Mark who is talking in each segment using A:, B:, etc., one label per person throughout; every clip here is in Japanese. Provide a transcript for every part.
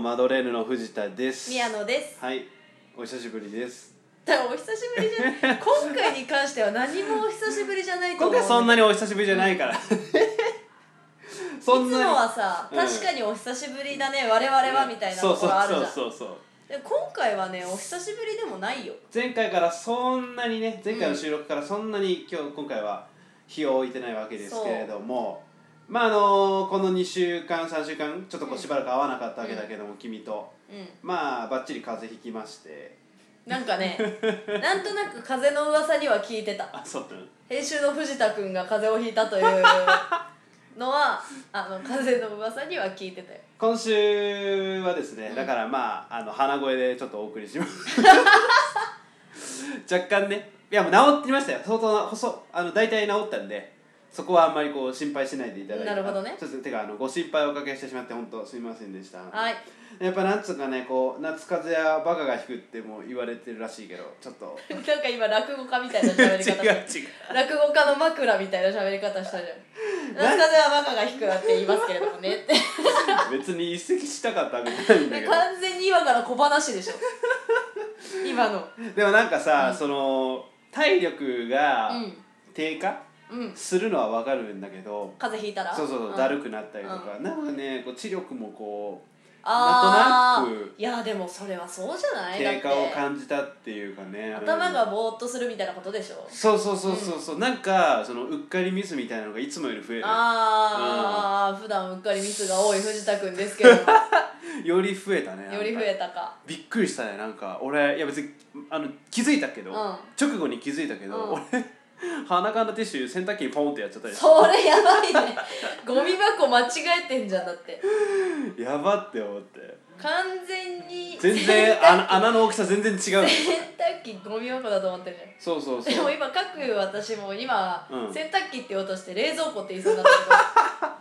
A: マドレーヌの藤田です
B: 宮野です。
A: はいお久しぶりです
B: だお久しぶりじ ゃ今回に関しては何もお久しぶりじゃないと
A: 今
B: 思う。
A: 回そんなにお久しぶりじゃない から、そん
B: いつも
A: な
B: はさ、
A: うん
B: 確かにお久しぶりだね我々
A: に
B: はみたいなところあるじゃん。
A: そうそうそうそうそう
B: でも今回はねお久しぶりでもないよ。
A: 前回からそんなにね前回の収録からそんなに今日今回は日を置いてないわけですけれどもまああのこの2週間3週間ちょっとこうしばらく会わなかったわけだけども、君と
B: うん。
A: まあばっちり風邪ひきまして
B: なん かねなんとなく風の噂には聞いてた。
A: あそうだね
B: 編集の藤田くんが風邪をひいたという のはあの風の噂には聞いてたよ。
A: 今週はですね、
B: うん
A: だからまああの鼻声でちょっとお送りします 若干ねいやもう治りましたよ相当な細あの大体治ったんでそこはあんまりこう心配しないでいただいて
B: なるほどね
A: ちょっとてかあのご心配おかけしてしまって本当すみませんでした
B: はい。
A: やっぱなんつうかねこう夏風邪はバカがひくってもう言われてるらしいけどちょっと
B: なんか今落語家みたいな
A: 違う
B: 喋り方し て
A: 違
B: る
A: う
B: 落語家の枕みたいな喋り方したじゃ ん「
A: な
B: 夏風はバカが引くわ」って言いますけれども ねって
A: 別に一席したかったわけじゃないんだ けど
B: 完全に今から小 話でしょ今の
A: でもなんかさ、その体力が
B: うん
A: 低下、
B: うん
A: するのはわかるんだけど
B: 風邪ひいたら
A: そうそうそう、
B: ん
A: だるくなったりとか、なんかねこう知力もこ
B: あ
A: なんとな
B: ーいやでもそれはそうじゃ
A: う
B: ない
A: 低下を
B: だって
A: 感じたっていうかね
B: 頭
A: う
B: が
A: ん
B: ぼーっとするみたいなことでしょ
A: そうそうそうそうそう、なんかそのうっかりミスみたいなのがいつもより増える
B: あー、普段うっかりミスが多い藤田君です けども
A: より増えたねなんか
B: より増えたか
A: びっくりしたねなんか俺いや別にあの気づいたけど、
B: うん
A: 直後に気づいたけど、
B: うん
A: 俺鼻からのティッシュ洗濯機にポンってやっちゃったりして
B: それやばいねゴミ箱間違えてんじゃんだって
A: やばって思って
B: 完全に
A: 全然穴穴の大きさ全然違う の
B: 洗濯機ゴミ箱だと思ってる
A: そうそう
B: で
A: そ
B: も
A: う
B: 今各私も今、
A: うん
B: 洗濯機って言おうとして冷蔵庫って言いそうになったけど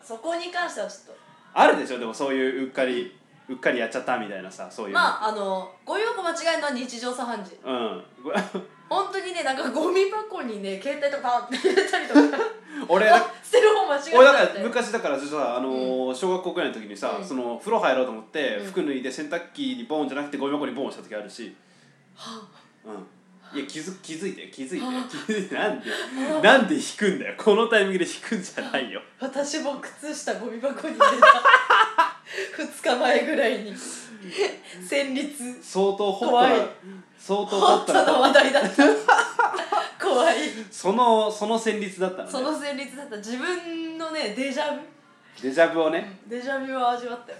B: そこに関してはちょっ
A: あるでしょでもそういううっかりうっかりやっちゃったみたいなさそういう
B: と
A: の
B: まああのゴミ箱間違えるのは日常茶飯事
A: うん、ご
B: 本当にねなんかゴミ箱にね携帯とかパンって入れたりとか
A: 俺
B: あ捨てる方間違え
A: 俺だか
B: たみた
A: ら
B: いな
A: 昔だから実はあのー小学校ぐらいの時にさ、
B: うん
A: その風呂入ろうと思って、
B: うん
A: 服脱いで洗濯機にボンじゃなくてゴミ箱にボンした時あるし、うん、いや気づ気づいて気づいて気づいて なんでなんで引くんだよこのタイミングで引くんじゃないよ
B: 私も靴下ゴミ箱に入れた 2日前ぐらいに戦慄
A: 相当ホットな
B: 怖い
A: 相当ホ
B: ホ
A: ッ
B: ッ
A: ト
B: ト
A: な
B: な話題だった怖い
A: そのその戦慄だったのね
B: その旋律だった自分のねデジャブ
A: デジャブをね
B: デジャブを味わったよ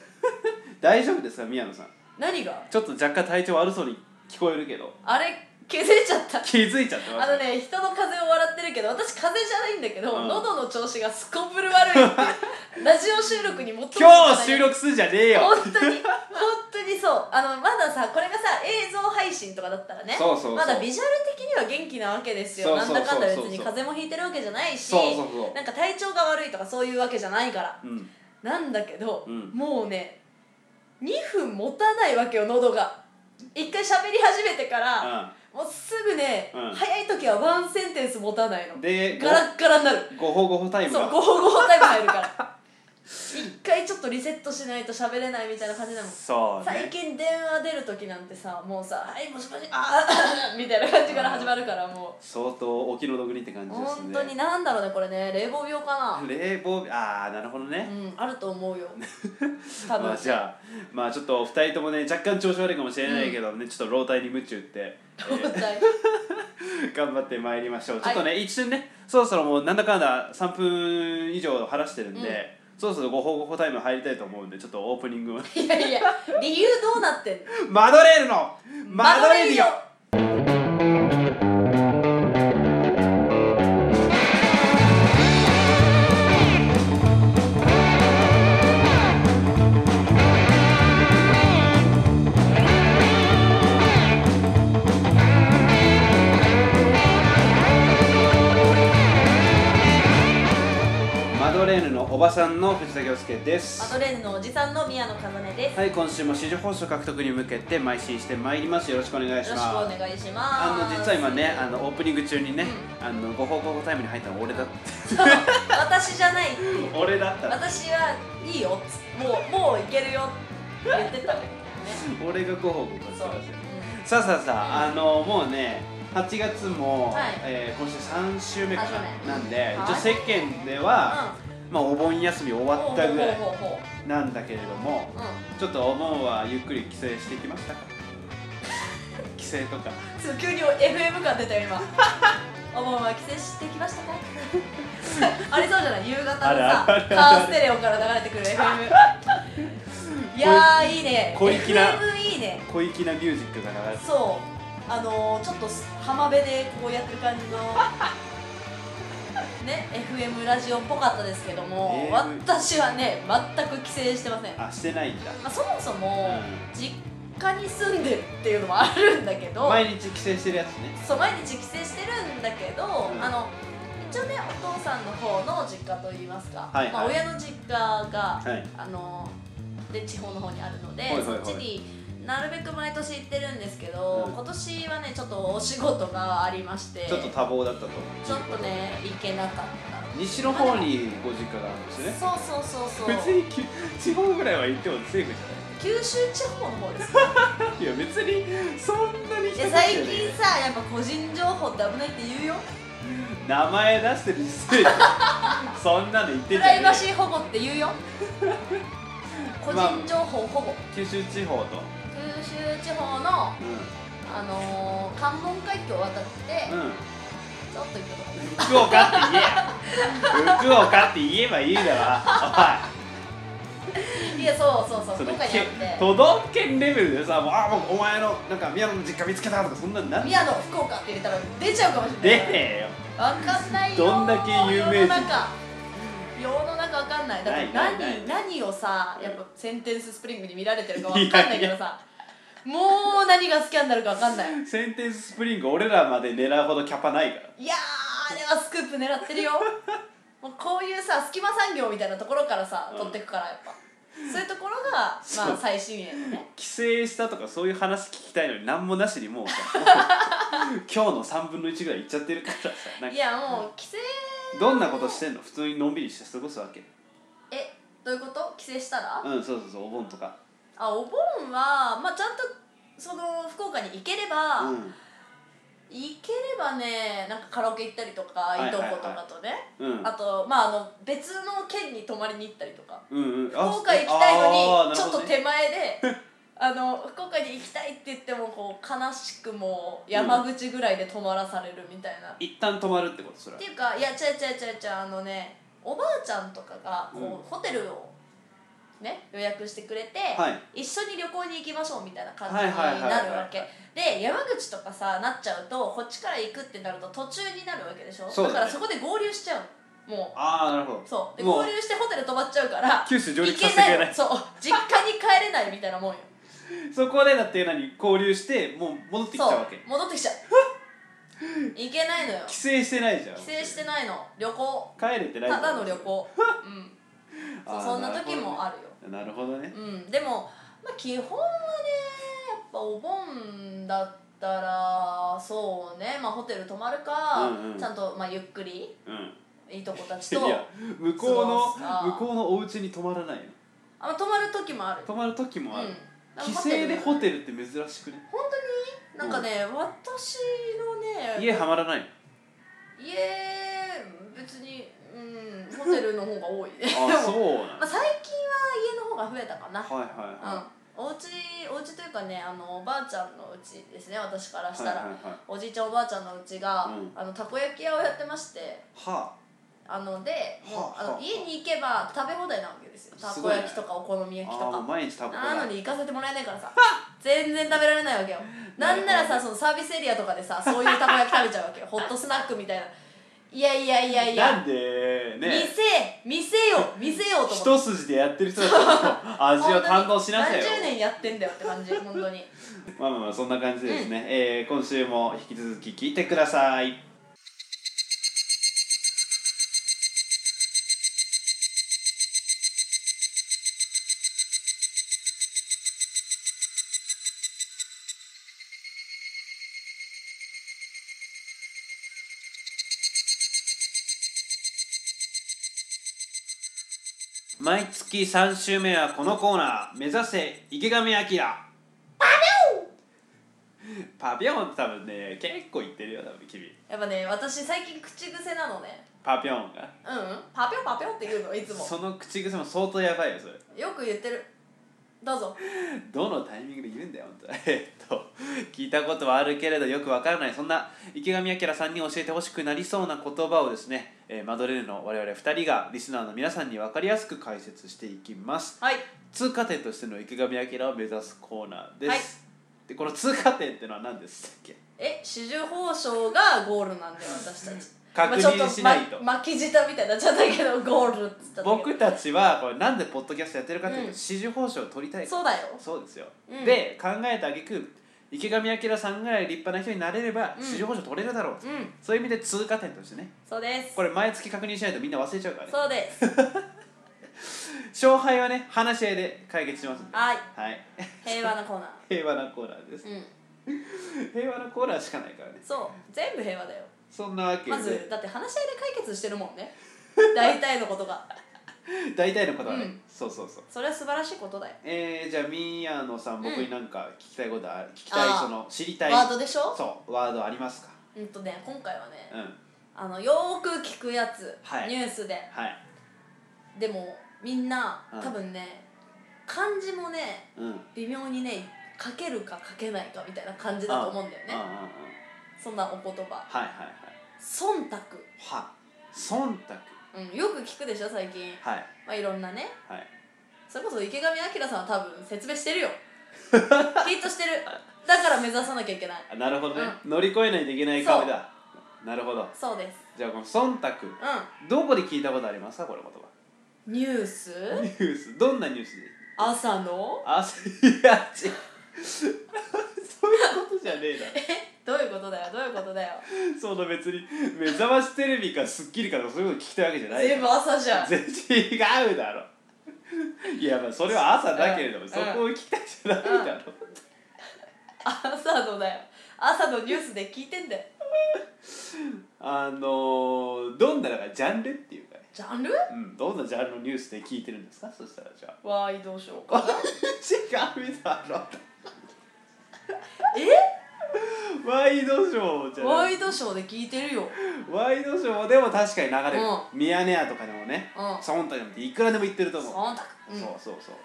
A: 大丈夫ですか宮野さん
B: 何が
A: ちょっと若干体調悪そうに聞こえるけど
B: あれ削れちゃった
A: 気づいちゃってます
B: あのね人の風邪を笑ってるけど私風邪じゃないんだけど、
A: うん
B: 喉の調子がすこぶる悪いっ ていうラジオ収録にもっとも
A: 今日収録するじゃねえよ
B: 本当に本当にそうあのまださこれがさ映像配信とかだったらね
A: そうそうそう
B: まだビジュアル的には元気なわけです
A: そ
B: よ
A: うそう
B: な
A: そ
B: ん
A: うそう
B: だかんだ別に風邪もひいてるわけじゃないし
A: そうそうそう
B: なんか体調が悪いとかそういうわけじゃないから
A: うん
B: なんだけど、
A: うん
B: もうね2分持たないわけよ喉が一回喋り始めてから、もうすぐね、
A: うん
B: 早い時はワンセンテンス持たないの
A: うん、で
B: ガラッガラになる
A: ごごほごほタイム
B: そう
A: が
B: ゴホゴホタイム入るから一回ちょっとリセットしないと喋れないみたいな感じだもん
A: そう
B: 最
A: ね
B: 近電話出る時なんてさもうさ「はいもしもし ああみたいな感じから始まるからも
A: 相当お気の毒にって感
B: う
A: じですね
B: 本当になんだろうねこれね冷房病 か
A: 冷房ああなるほど
B: なう
A: ね、
B: んあると思うよ 多
A: まあ
B: 分
A: じゃあまあちょっとお二人ともね若干調子悪いかもしれないけどね、ちょっと老体に夢中って、え
B: 胴体
A: ー頑張ってまいりましょうち
B: は
A: ょ
B: い
A: っとね、一瞬ねそろそろもうなんだかんだ3分以上話してるんで、
B: うん
A: そろそろご報告タイム入りたいと思うんでちょっとオープニングを
B: いやいや理由どうなってんの
A: マドレーヌのマドレーディオマドレーヌのおばさんの藤田恭介です
B: マドレーヌのおじさんの宮野かなねです、
A: はい今週も支持報酬獲得に向けて邁進してまいりますよろしくお願いし
B: よろ
A: ます
B: しくお願いします
A: あの実は今ねあのオープニング中にね、あのご報告タイムに入ったの俺だ
B: そう私じゃないっていう
A: 俺だった
B: 私はいいよっつもうもういけるよ言ってたんだけどね
A: 俺がご報告をして
B: そう、
A: ま
B: う
A: す
B: ん
A: よさあさあさあ、あのもうね8月も、
B: はい
A: えー今週3週目か
B: あそうね
A: ななんで、
B: はい
A: 一応世間では、まあ、お盆休み終
B: うん
A: わったぐらい
B: ほうほうほうほ
A: なんだけれども
B: ううん
A: ちょっとお盆はゆっくり帰省してきましたか 帰省とか
B: ちょっと急に FM 感出たよ 今お盆は帰省してきましたかありそうじゃない夕方の
A: ある
B: さ
A: あるある
B: カーステレオから流れてくる FM いやーいいね
A: 小粋な
B: FM いいね
A: 小粋なミュージックが流れて
B: そうあのー、ちょっと浜辺でこうやってる感じのね FM ラジオっぽかったですけども、
A: えー
B: 私はね全く帰省してません、ま
A: あしてないんだ、
B: あ、そもそも、
A: う
B: 実家に住んでるっていうのもあるんだけど
A: ん、毎日帰省してるやつね
B: そう毎日帰省してるんだけど、
A: うん
B: あの一応ねお父さんの方の実家といいますか、
A: はいはい
B: まあ、親の実家が、
A: はい
B: あので地方の方にあるので、
A: いはいはい
B: そっちになるべく毎年行ってるんですけど、
A: うん
B: 今年はねちょっとお仕事がありまして
A: ちょっと多忙だったと
B: ちょっとね行けなかった
A: 西の方にご実家があるんですね
B: そうそうそうそう
A: 別にき地方ぐらいは行ってもセーフじゃ
B: 九州地方の方です
A: ないいや別にそんなに
B: いや最近さやっぱ個人情報って危ないって言うよ
A: 名前出してるしセーフそんなの言って
B: プ
A: んじゃ
B: ライ
A: ね
B: バ
A: え
B: シー保護っ て言うよ個人情報保護、
A: 九州地方と
B: 九州地方
A: う
B: の、あのー、関門海峡を渡って、
A: んうん
B: ちょっと行くとこ
A: 福岡って言えや福岡って言えばいいだろ
B: いやそうそうそう
A: おいその
B: 福岡にあって
A: 都道府県レベルでさもうあもうお前のなんか宮野の実家見つけたとかそんなんなん出
B: 宮野福岡って入れたら出ちゃうかもし
A: ね
B: れない
A: えよ
B: わかんないよ
A: どんだけ有名人
B: 世の中世の中わかんないだって
A: ない
B: 何
A: ないない
B: 何をさやっぱセンテンススプリングに見られてるかわかん
A: い
B: な
A: や
B: い
A: い
B: け
A: や
B: どさもう何がスキャンダルかわかんない
A: センテンススプリング俺らまで狙うほどキャパないから
B: いやーあれはスクープ狙ってるよ もうこういうさ隙間産業みたいなところからさ
A: うん
B: 取ってくからやっぱそういうところが
A: そ
B: ま
A: う
B: あ最新鋭のね
A: 帰省したとかそういう話聞きたいのに何もなしにもうさ今日の3分の1ぐらいいっちゃってるからさなん
B: い
A: か
B: やもう帰省
A: どんなことしてんの普通にのんびりして過ごすわけ
B: えどういうこと帰省したら
A: うんそうそうそうお盆とか
B: あお盆はまあちゃんとその福岡に行ければ、
A: うん
B: 行ければねなんかカラオケ行ったりとか
A: いはい
B: い
A: は
B: と
A: い
B: ことかとね、
A: うん
B: あとまああの別の県に泊まりに行ったりとか
A: うんうんあ
B: 福岡行きたいの
A: あーな
B: に
A: る
B: ちょっ
A: ほど
B: と
A: ね
B: 手前で あの福岡に行きたいって言ってもこう悲しくも山口ぐらいで泊まらされるみたいな、
A: 一旦止まるってことそれ
B: っていうかいや違う違う違う違うあのねおばあちゃんとかがこう、
A: うん
B: ホテルをね予約してくれて、
A: はい
B: 一緒に旅行に行きましょうみたいな感じ
A: はい
B: に
A: はいはいはい
B: なるわけで山口とかさなっちゃうとこっちから行くってなると途中になるわけでしょ
A: そうだね
B: だからそこで合流しちゃうのも
A: ああなるほど
B: うそうで
A: もう
B: 合流してホテル泊まっちゃうから
A: 九州上陸
B: 行
A: させ
B: け
A: てく
B: な
A: れ
B: い
A: ない
B: そう実家に帰れないみたいなもんよ
A: そこでだって何交流してもう戻ってきちゃ
B: そう
A: うわけ
B: 戻ってきちゃう行けないのよ
A: 帰省してないじゃん
B: 帰省してないの旅行
A: 帰れてないじゃ
B: た
A: ん
B: だの旅行うん
A: あー
B: そうそんな時もあるよ
A: なるほどね
B: うん、でも、まあ、基本はねやっぱお盆だったらそうね、まあ、ホテル泊まるか、
A: うんうん
B: ちゃんと、まあ、ゆっくり
A: うん
B: いいとこたち
A: い
B: と
A: や向こう
B: そうっすか
A: の向こうのお家に泊まらないの
B: あまあ泊まる時もある
A: 泊まる時もある、
B: うんだから
A: 帰省でホ
B: ル
A: テルって珍しくね
B: 本当になんかね、私のね
A: 家はまらないの
B: 家別に、うん、ホテルの方が多いね で
A: あ
B: も
A: そう
B: まあ、最近は家の方が増えたかな
A: なのはいはいはい
B: うん、お家お家というかねあのおばあちゃんのうちですね私からしたら、
A: はいはいはい
B: おじいちゃんおばあちゃんのうちが、
A: うん
B: あのたこ焼き屋をやってまして
A: は
B: あのでもう、
A: はあ
B: あ
A: はあ
B: の家に行けば食べ放題なわけですよたこ焼きとかお好み
A: あ
B: 焼きと
A: あー
B: か、
A: 毎日食べて
B: なのに行かせてもらえないからさ全然食べられない わけよなんならさそのサービスエリアとかでさそういうたこ焼き食べちゃう わけよホットスナックみたいないやいやいやい
A: な
B: や
A: んでね
B: 店店よ店よと思って
A: 一筋でやってる人たちの味を堪能しなさいよ
B: 何十年やってんだよって感じ本当に
A: まあまあまあそんな感じでですね、えー今週も引き続き聞いてください毎月3週目はこのコーナー「目指せ池上彰」パピョンパピョンって多分ね結構言ってるよ多分君
B: やっぱね私最近口癖なのね
A: パピョンが
B: うんうんパピョンパピョンって言うのいつも
A: その口癖も相当やばいよそれ
B: よく言ってるどうぞ
A: どのタイミングで言うんだよ本当えっと 聞いたことはあるけれどよくわからないそんな池上彰さんに教えてほしくなりそうな言葉をですね、えーマドレーヌの我々2人がリスナーの皆さんに分かりやすく解説していきます
B: はい
A: 通過点としての池上彰を目指すコーナーです、
B: はい
A: でこの通過点ってのは何でしたっけ
B: え四十報奨がゴールなんで私たち
A: 確認しないと
B: まあちょっとま巻き舌みたいになっちゃったけどゴールっつったんだけど
A: 僕たちはこれなんでポッドキャストやってるかっていう
B: う
A: と
B: ん
A: 支持報酬を取りたいから
B: そうだよ
A: そうですよ、
B: うん
A: で考えた挙句池上彰さんぐらい立派な人になれれば
B: うん
A: 支持報酬取れるだろう、
B: うん
A: そういう意味で通過点としてね
B: そうです
A: これ毎月確認しないとみんな忘れちゃうからね
B: そうです
A: 勝敗はね話し合いで解決しますんでは
B: はい
A: い
B: 平和なコーナー
A: 平和なコーナーです
B: うん
A: 平和なコーナーしかないからね
B: そう全部平和だよ
A: そんなわけ
B: まず
A: で
B: だって話し合いで解決してるもんね大体のことが
A: 大体のことはね、
B: うん
A: そうそうそう
B: それは素晴らしいことだよ
A: えー、じゃあ宮野さん僕
B: うん
A: になんか聞きたいことある、聞きたい
B: あー
A: その知りたい
B: ワードでしょ
A: そうワードありますか
B: うんとね今回はね
A: うん
B: あのよーく聞くやつ、
A: はい
B: ニュースで
A: はい
B: でもみんな
A: うん
B: 多分ね、漢字もね
A: うん
B: 微妙にね書けるか書けないかみたいな感じだと思うんだよ
A: うんうん
B: ね
A: うん
B: そんなお言葉
A: はいはいはい
B: 忖度、
A: は忖度
B: うん、よく聞くでしょ最近、
A: はい
B: まあ、いろんなね
A: はい
B: それこそ池上彰さんは多分説 明してるよきっとしてるだから目指さなきゃいけない
A: あなるほどね、乗り越えないといけない壁だなるほど
B: そうです
A: じゃあこの忖度
B: う
A: どこで聞いたことありますかこれ言葉
B: んニュース
A: ニュースどんなニュースで
B: 朝の
A: あそいや 違うそういうことじゃねえだろ
B: どういうことだよどういうことだよ
A: その別に目覚ましテレビかスッキリかとかそういうこと聞きたいわけじゃない
B: 全部朝じゃん
A: 全然違うだろいやまあそれは朝だけれども、
B: うん
A: そこを聞きたいじゃないだろ、
B: 朝のだよ朝のニュースで聞いてんだよ
A: あのー、どんなだからジャンルっていうかね
B: ジャンル
A: うん、どんなジャンルのニュースで聞いてるんですかそしたら じゃ
B: ワイドショーか
A: あ違うだろ
B: え
A: ワイドショーじゃな
B: ワ
A: い
B: イドショーで聞いてるよ
A: ワイドショーでも確かに流れる、
B: う
A: ミヤネ屋とかでもね
B: うん
A: 忖度なんていくらでも言ってると思う
B: 忖度うん
A: そうそうそう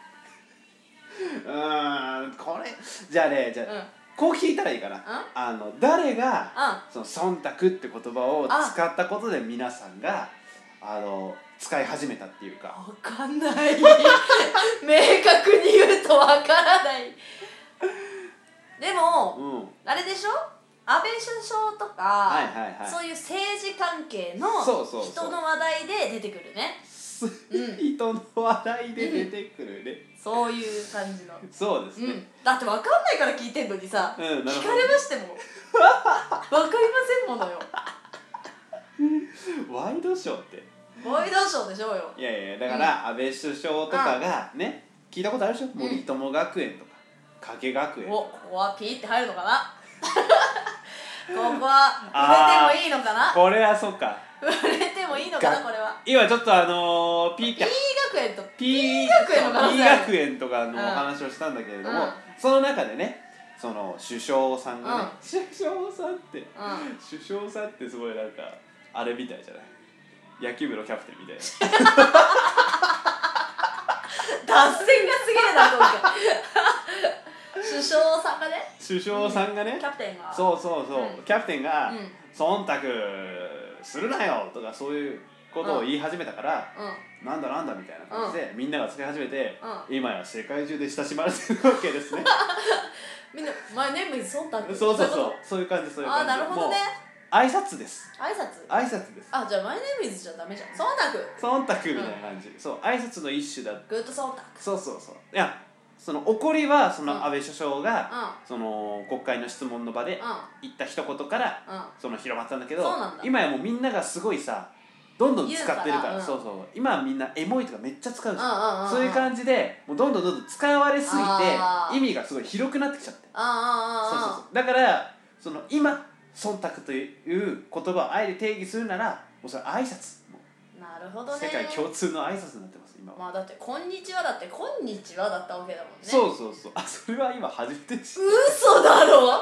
A: うーんこれじゃあねじゃあ、
B: うん
A: こう聞いたらいいかなあの誰がその忖度って言葉を使ったことで皆さんがあの使い始めたっていうか
B: うん分かんない 明確に言うと分からないでも
A: うん
B: あれでしょ安倍首相とか、
A: はいはいはい
B: そういう政治関係の
A: そうそうそう
B: 人の話題で出てくるね
A: す
B: うん
A: 人の話題で出てくるね、
B: そういう感じの、
A: そうです
B: う
A: ね
B: ん、だって分かんないから聞いてんのにさ、
A: うん
B: 聞
A: なるほ
B: かれまし ても分かりませんものよ
A: どワイドショーって
B: ワイドショーでしょうよ
A: いやいやだから、安倍首相とかがね聞いたことあるでしょ、森友学園とか加計学園
B: おここはピーって入るのかな ここは触れてもいいのかな
A: これはそっか
B: 触れてもいいのかな
A: が
B: これは
A: 今ちょっとあのー、ピーっ
B: P
A: て
B: 学園と
A: P
B: 学園の話
A: P
B: だよ
A: 学園とかのお
B: うん
A: 話をしたんだけれども、
B: うん
A: その中でねその首相さんがね、
B: うん
A: 首相さんって
B: うん
A: 首相さんってすごいなんかあれみたいじゃない野球部のキャプテンみたいな
B: 脱線がすげえな今回 首相さんがね
A: 首相さんがね
B: キ、ャプテンが
A: そうそうそう、
B: うん
A: キャプテンが
B: うん
A: 「忖度するなよ」とかそういうことを言い始めたから、
B: うん
A: なんだなんだみたいな感じで、みんなが使い始めて、
B: う
A: 今や世界中で親しまれてるわけです ね
B: みんな「マイネームイズ忖度」
A: そうそう
B: い
A: そう
B: こ
A: そういう感じそう
B: と
A: いう
B: あ
A: 感
B: あ
A: じ
B: なるほどね
A: もう挨拶です
B: 挨拶
A: 挨拶です
B: あじゃあマイネームイズじゃダメじゃん忖度
A: 忖度みたいな感じ、そう挨拶の一種だ
B: グッド忖度
A: そうそうそういやその怒りはその
B: うん
A: 安倍首相が、
B: う
A: その国会の質問の場で
B: んうん
A: 言った一言から
B: うん
A: その広まったんだけど
B: そうなんだ
A: 今やもうみんながすごいさどんどん使ってるから
B: 言うからうん
A: そうそう今はみんなエモいとかめっちゃ使うじゃん、
B: うんうん
A: そういう感じでもうどんどんどんどん使われすぎ
B: あー
A: て意味がすごい広くなってきちゃって
B: あ
A: そう
B: あ
A: そう
B: ああ
A: そうだからその今忖度という言葉をあえて定義するならもうそれ挨拶もう
B: なるほどね
A: 世界共通の挨拶になってます今は、
B: まあだって「こんにちは」だって「こんにちは」だったわけだもんね
A: そうそうそうあそれは今初めて知っ
B: 嘘だろ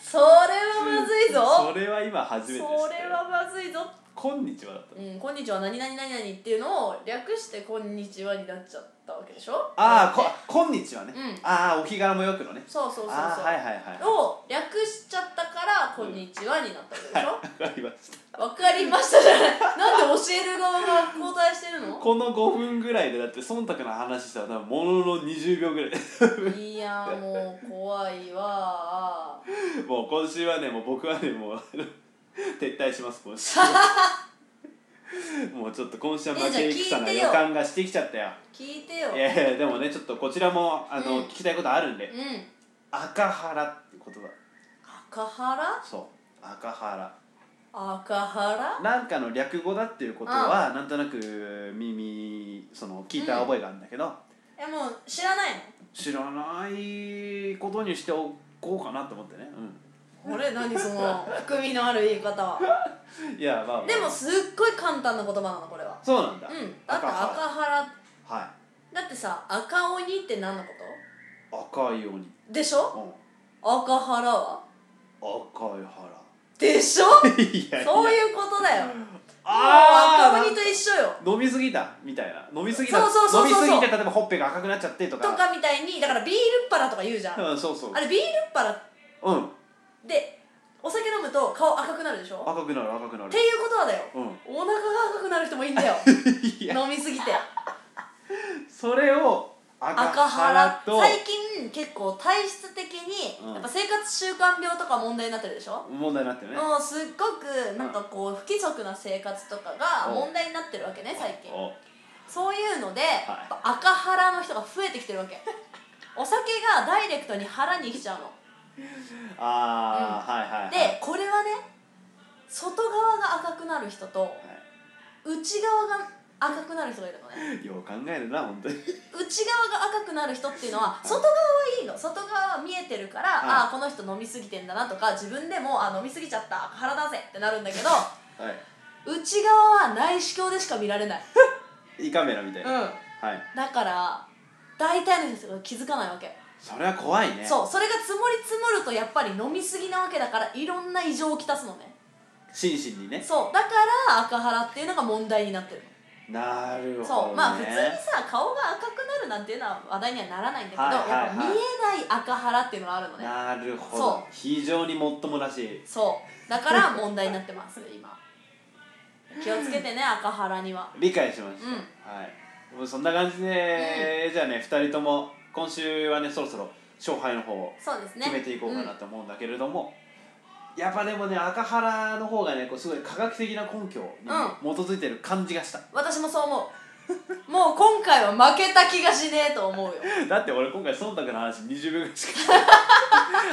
B: それはまずいぞ
A: それは今初めて知ったよ
B: それはまずいぞ
A: こんにちはだった
B: うん、こんにちは何々何々っていうのを略してこんにちはになっちゃったわけでしょ
A: ああこ
B: だって
A: こんにちはね、
B: うん
A: ああお日柄もよくのね
B: そうそうそうそう、
A: ああはいはいは
B: を略しちゃったからこんにちはになったわけで
A: い
B: しょ、
A: わかりました
B: わかりましたじゃないなんで教える側が交代してるの
A: この5分ぐらいでだって忖度の話したら多分ものの20秒ぐらいで
B: いやーもう怖いわー
A: もう今週はねもう僕はねもうあの撤退します今週 もうちょっと今週は負け戦な
B: えじ
A: 予
B: ゃあ聞いてよ
A: 感がしてきちゃったよ
B: 聞いてよ
A: いやいやでもねちょっとこちらもあの、
B: うん
A: 聞きたいことあるんで
B: うん
A: 赤原って言葉
B: 赤原
A: そう赤原
B: 赤原
A: なんかの略語だっていうことはなんとなく耳その聞いた覚えがあるんだけど、
B: えもう知らない
A: 知らないことにしておこうかなと思ってね、
B: のあれ何その 含みのある言い方は
A: うん、いやまあ、まあ、
B: でもすっごい簡単な言葉なのこれは
A: そうなんだ、
B: うんだって赤
A: 赤原
B: 原
A: は
B: だってさ赤鬼って何のこ
A: い赤い鬼、
B: とでしょ
A: う
B: 赤原は
A: ん、赤い
B: でしょ
A: 腹いやいや
B: そういうことだよもう
A: あー
B: 赤鬼と一緒よ
A: 飲みすぎたみたいな飲みすぎた
B: そうそうそうそうそう
A: 飲みすぎて例えばほっぺが赤くなっちゃってとか
B: とかみたいにだからビールっ腹とか言うじゃん
A: うん、そうそう
B: あれビールっ腹
A: うん
B: でお酒飲むと顔赤くなるでしょ
A: 赤くなる赤くな
B: っ
A: る
B: ていうことはだよ
A: うん
B: お腹が赤くなる人もいいんだよ
A: いや
B: 飲みすぎて
A: それを赤
B: 赤
A: 原
B: 腹
A: と
B: 最近結構体質的に、
A: うん
B: やっぱ生活習慣病とか問題になってるでしょ、
A: 問題になってるね
B: もうすっごくなんかこう不規則な生活とかが
A: うん
B: 問題になってるわけね最近
A: お
B: そういうので、やっぱ赤腹の人が増えてきてるわけお酒がダイレクトに腹に来ちゃうの
A: ああ、はいはいはい
B: でこれはね外側が赤くなる人と内側が赤くなる人がいるのね
A: はい、よう考えるな本当に
B: 内側が赤くなる人っていうのは外側はいいの外側は見えてるから、
A: はい
B: ああこの人飲みすぎてんだなとか自分でもあ飲みすぎちゃった腹だぜってなるんだけど
A: は
B: 内側は内視鏡でしか見られない、
A: い胃カメラみた
B: う
A: い
B: ん、
A: な、
B: だ
A: はい
B: から大体の人が気づかないわけ、
A: それは怖いね
B: そうそれが積もり積もるとやっぱり飲みすぎなわけだからいろんな異常をきたすのね
A: 心身にね
B: そうだから赤腹っていうのが問題になってる
A: なるほど、ね、
B: そうまあ普通にさ顔が赤くなるなんていうのは話題にはならないんだけど、
A: はいはいはい
B: やっぱ見えない赤腹っていうのがあるのね
A: なるほ
B: そ
A: ど非常にもっともらしい
B: そうだから問題になってます今気をつけてね赤腹には
A: 理解しました、
B: うん
A: はいもうそんな感じで、じゃあね2人とも今週はねそろそろ勝敗の方を
B: そうですね
A: 決めていこうかなと思うんだけれども、やっぱでもね赤原の方がねこうすごい科学的な根拠に基づいてる感じがした、
B: うん私もそう思うもう今回は負けた気がしねえと思 うよ
A: だって俺今回忖度の話20秒ぐらいしか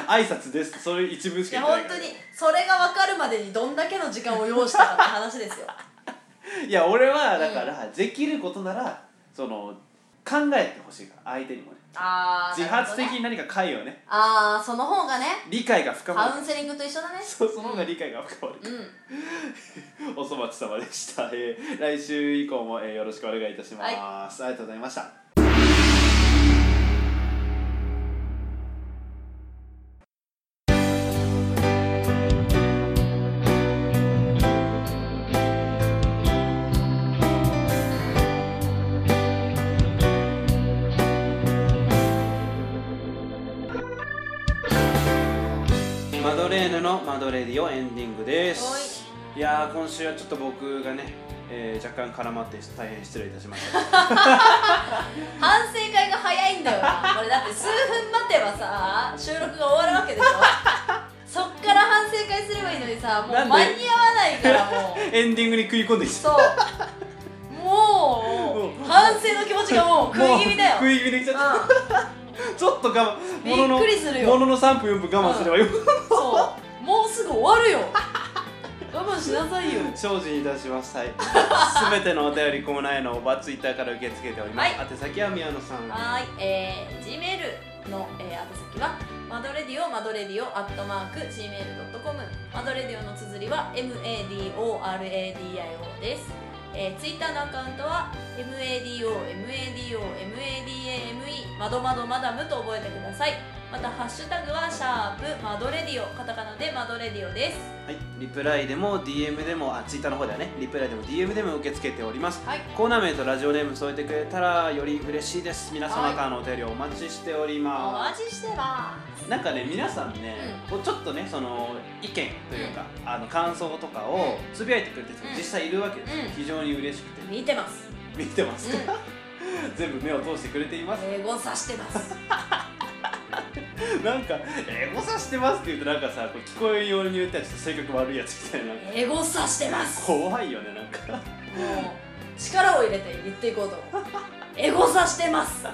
A: 挨拶ですってそれ一文し
B: い
A: か
B: や
A: 言っ
B: 本
A: てな
B: 当
A: いから
B: にそれが分かるまでにどんだけの時間を要したかって話ですよ
A: いや俺はだから、できることならその考えてほしいから相手にもね
B: あー
A: 自発的
B: なるほどね
A: に何か会をね
B: あーその方がね
A: 理解が深まる
B: カウンセリングと一緒だね
A: そうその方が理解が深まる、
B: う
A: おそ松様でした、えー来週以降も、えーよろしくお願いいたします、
B: はい
A: ありがとうございましたマドレーヌのマドレディオエンディングですいやー今週はちょっと僕がね、えー若干絡まって大変失礼いたしました
B: ん反省会が早いんだよ なこれだって数分待てばさ収録が終わ るわけでしょそっから反省会すればいいのにさもう間
A: なん
B: に
A: で
B: 合わないからもう
A: エンディングに食い込んできた
B: そう
A: も
B: も
A: う
B: う反省の気持ちがもう食い気味だよ
A: もう食い気味できちゃった、
B: う
A: ちょっと我慢
B: びっ
A: ものの
B: くりするよ
A: ものの3分4分我慢すればよ、
B: んそうもうすぐ終わ るよ我慢しなさいよ
A: 精進いたしますはいすべてのお便りコーナーへのおばツイッターから受け付けております、宛先は宮野さん
B: はーい、えー、Gmail の、えー、宛先はマドレディオマドレディオアットマーク Gmail.com マドレディオの綴りは MADORADIO ですえー、ツイッターのアカウントは MADOMADOMADAME まどまどマダムと覚えてくださいまたハッシュタグはシャープマドレディオカタカナでマドレディオです
A: はい、リプライでも DM でもあツイッターの方ではねリプライでも DM でも受け付けております
B: はい
A: コーナー名とラジオネーム添えてくれたらより嬉しいです皆様からのお便りお待ちしており
B: お
A: ま
B: 待ちしてます
A: すなんかね皆さんね、こうちょっとねその意見というか、あの感想とかをつぶやいてくれてる人
B: うん
A: 実際いるわけです、
B: うん
A: 非常に嬉しくて
B: 見てます
A: 見てますか、全部目を通してくれています
B: 英語さしてます
A: なんか「エゴさしてます」って言うとなんかさこう聞こえるように言ったらちょっと性格悪いやつみたいな
B: 英語さしてますも
A: 怖いよねなんか
B: う力を入れて言っていこ うと思うエゴさしてます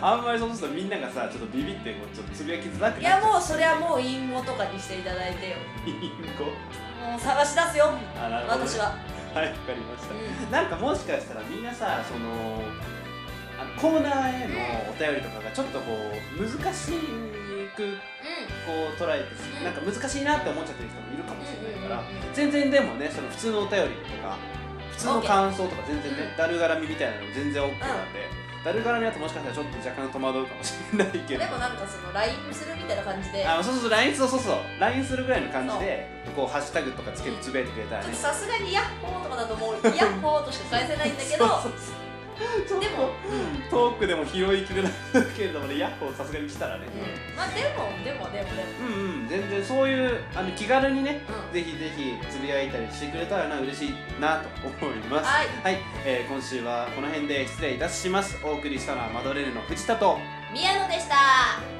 A: あんまりそうするとみんながさちょっとビビってこうちょっとつぶやきづらく
B: い
A: な
B: や
A: っちゃう
B: もうそれはもう隠語とかにしていただいてよ
A: いい子
B: もう探し出すよ
A: あなるほどね
B: 私は、
A: はいわかりまし
B: う
A: た
B: ん
A: なんかもしかしたらみんなさそのあのコーナーへのお便りとかがちょっとこう難しくこう捉え
B: うん
A: てなんか難しいなって思っちゃってる人もいるかもしれないから
B: うんうんうんうん
A: 全然でもねその普通のお便りとか普通の感想とか全然ね
B: うん
A: だるがらみみたいなのも全然 OK なんでだるがらみだともしかしたらちょっと若干戸惑うかもしれないけ
B: で
A: ど
B: もなんかその LINE するみたいな感じで
A: あそうそうそう LINE そうそうそう LINE するぐらいの感じでこうハッシュタグとかつけてつぶやいてくれたら
B: ちょっ
A: ね
B: とさすがにヤッホーとかだ ともうヤッホーとしか返せないんだけど
A: そうそうそう
B: でも、
A: ちょっとトークでも拾いきれないけれどもねヤッホーさすがに来たらね
B: うんまあでもでもでもでも
A: うんうん全然そういうあの気軽にね
B: うん
A: ぜひぜひつぶやいたりしてくれたらな嬉しいなと思います
B: はい
A: はい、えー今週はこの辺で失礼いたしますお送りしたのはマドレーヌの藤田と
B: 宮野でした